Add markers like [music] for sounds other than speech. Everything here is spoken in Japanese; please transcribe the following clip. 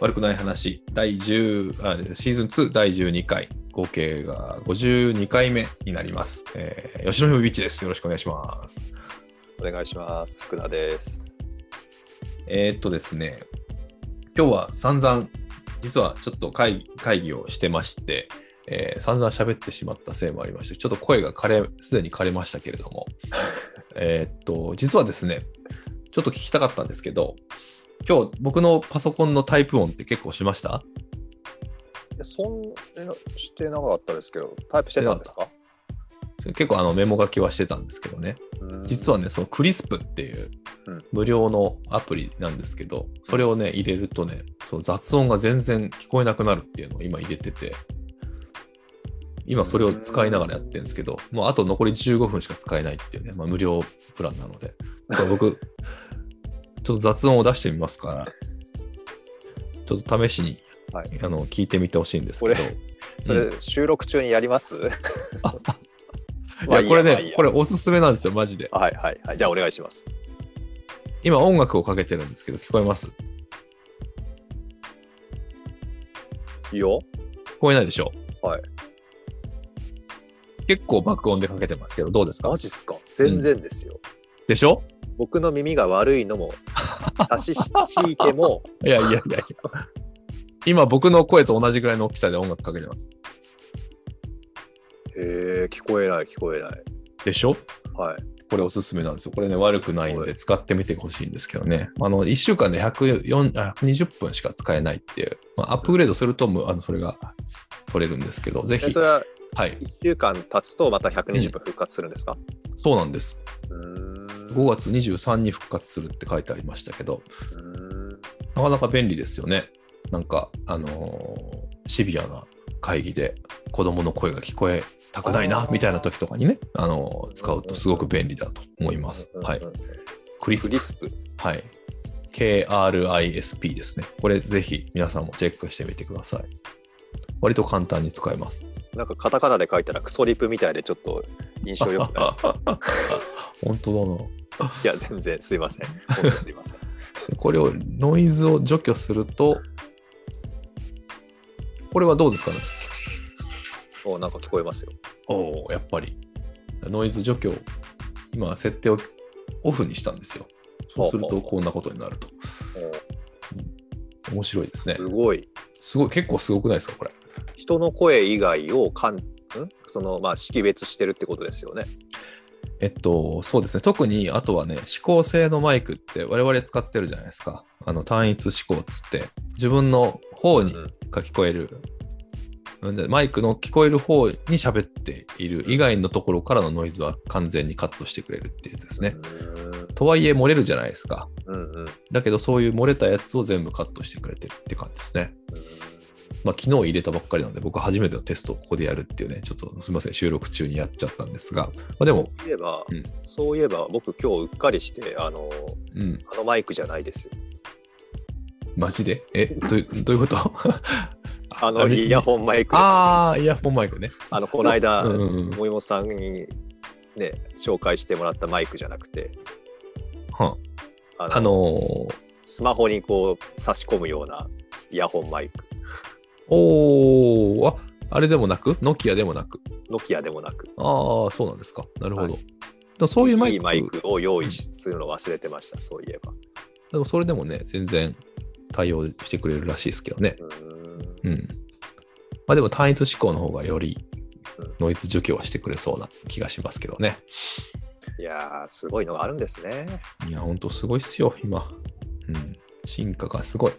悪くない話、第10あ、シーズン2第12回、合計が52回目になります。えー、吉野ビッチです。よろしくお願いします。お願いします。福田です。えーっとですね、今日は散々、実はちょっと会会議をしてまして、えー、散々喋ってしまったせいもありまして、ちょっと声が枯れ、すでに枯れましたけれども、 [laughs] えーっと、実はですね、ちょっと聞きたかったんですけど、今日僕のパソコンのタイプ音って結構しましたえそんなしてなかったですけど、タイプしてたんですか結構あのメモ書きはしてたんですけどね、実は、はね、そのクリスプっていううん無料のアプリなんですけど、それをね、入れるとね、その雑音が全然聞こえなくなるっていうのを今入れてて、今それを使いながらやってるんですけど、もうあと残り15分しか使えないっていうね、まあ、無料プランなので、これ [laughs] 僕、ちょっと雑音を出してみますから、ちょっと試しにはい、あの聞いてみてほしいんですけどこ。それ、収録中にやります [laughs] いや、これね、これ。れおすすめなんですよ、マジで。はいはいはい。じゃあお願いします。今音楽をかけてるんですけど、聞こえます聞いいよ。こえないでしょうはい。結構爆音でかけてますけど、どうですかマジっすか全然ですよ。でしょ僕の耳が悪い [laughs] のも、足し引いても、いやいやいやいや。 [laughs] 今僕の声と同じぐらいの大きさで音楽かけてます。へえ、聞こえない聞こえない。でしょはい。これおすすめなんですよ。これね、悪くないんで使ってみてほしいんですけどね。あの、1週間で104あ120分しか使えないっていう、まあ、アップグレードするともうあのそれが取れるんですけど、ぜえひそ、れははい、 1週間経つとまた120分復活するんですかそうなんです。うーん5月23に復活するって書いてありましたけど、うーんなかなか便利ですよね。なんか、あのーシビアな会議で子供の声が聞こえたくないあな、ーみたいな時とかにね、あのー使うとすごく便利だと思います。うんうんうんはい。クリスクプリ。スプ。はい。KRISP ですね。これぜひ皆さんもチェックしてみてください。割と簡単に使えます。なんかカタカナで書いたらクソリプみたいでちょっと印象良くないです。 [laughs] 本当だな。いや、全然すいません。本当すい [laughs] ません。これをノイズを除去すると、これはどうですかねおなんか聞こえますよ。おお、やっぱり。ノイズ除去、今、設定をオフにしたんですよ。そうするほうと、ほうこんなことになると。お面白いですねす。ごい。すごい、結構すごくないですか、これ。人の声以外をかんんそのまあ識別してるってことですよね。えっと、そうですね。特に、あとはね、指向性のマイクって我々使ってるじゃないですか。あの、単一指向っつって、自分の方にうんが聞こえる。なんでマイクの聞こえる方に喋っている以外のところからのノイズは完全にカットしてくれるっていうやつですね。とはいえ漏れるじゃないですか。うんうんうんうんだけど、そういう漏れたやつを全部カットしてくれてるって感じですね。まあ、昨日入れたばっかりなんで、僕初めてのテストをここでやるっていうね、ちょっとすみません、収録中にやっちゃったんですが、まあ、でも、そういえば、うんそういえば僕今日うっかりしてあのうん、あのマイクじゃないですよ。マジで。え、どういうどういうこと [laughs] あのイヤホンマイクです、ね。あああ、イヤホンマイクね。のこの間、うん森うんうん。本さんにね紹介してもらったマイクじゃなくて、はあのあのースマホにこう差し込むようなイヤホンマイク、おー、ああれでもなく、ノキアでもなく。ノキアでもなく、ああ、そうなんですか。なるほど。はいでもそういうマイいク、いマイクを用意するの忘れてました、そういえば。でもそれでもね、全然対応してくれるらしいですけどね。うーんうん。まあでも単一指向の方がよりノイズ除去はしてくれそうな気がしますけどね。いやー、すごいのがあるんですね。いや、ほんとすごいっすよ、今。うん。進化がすごい。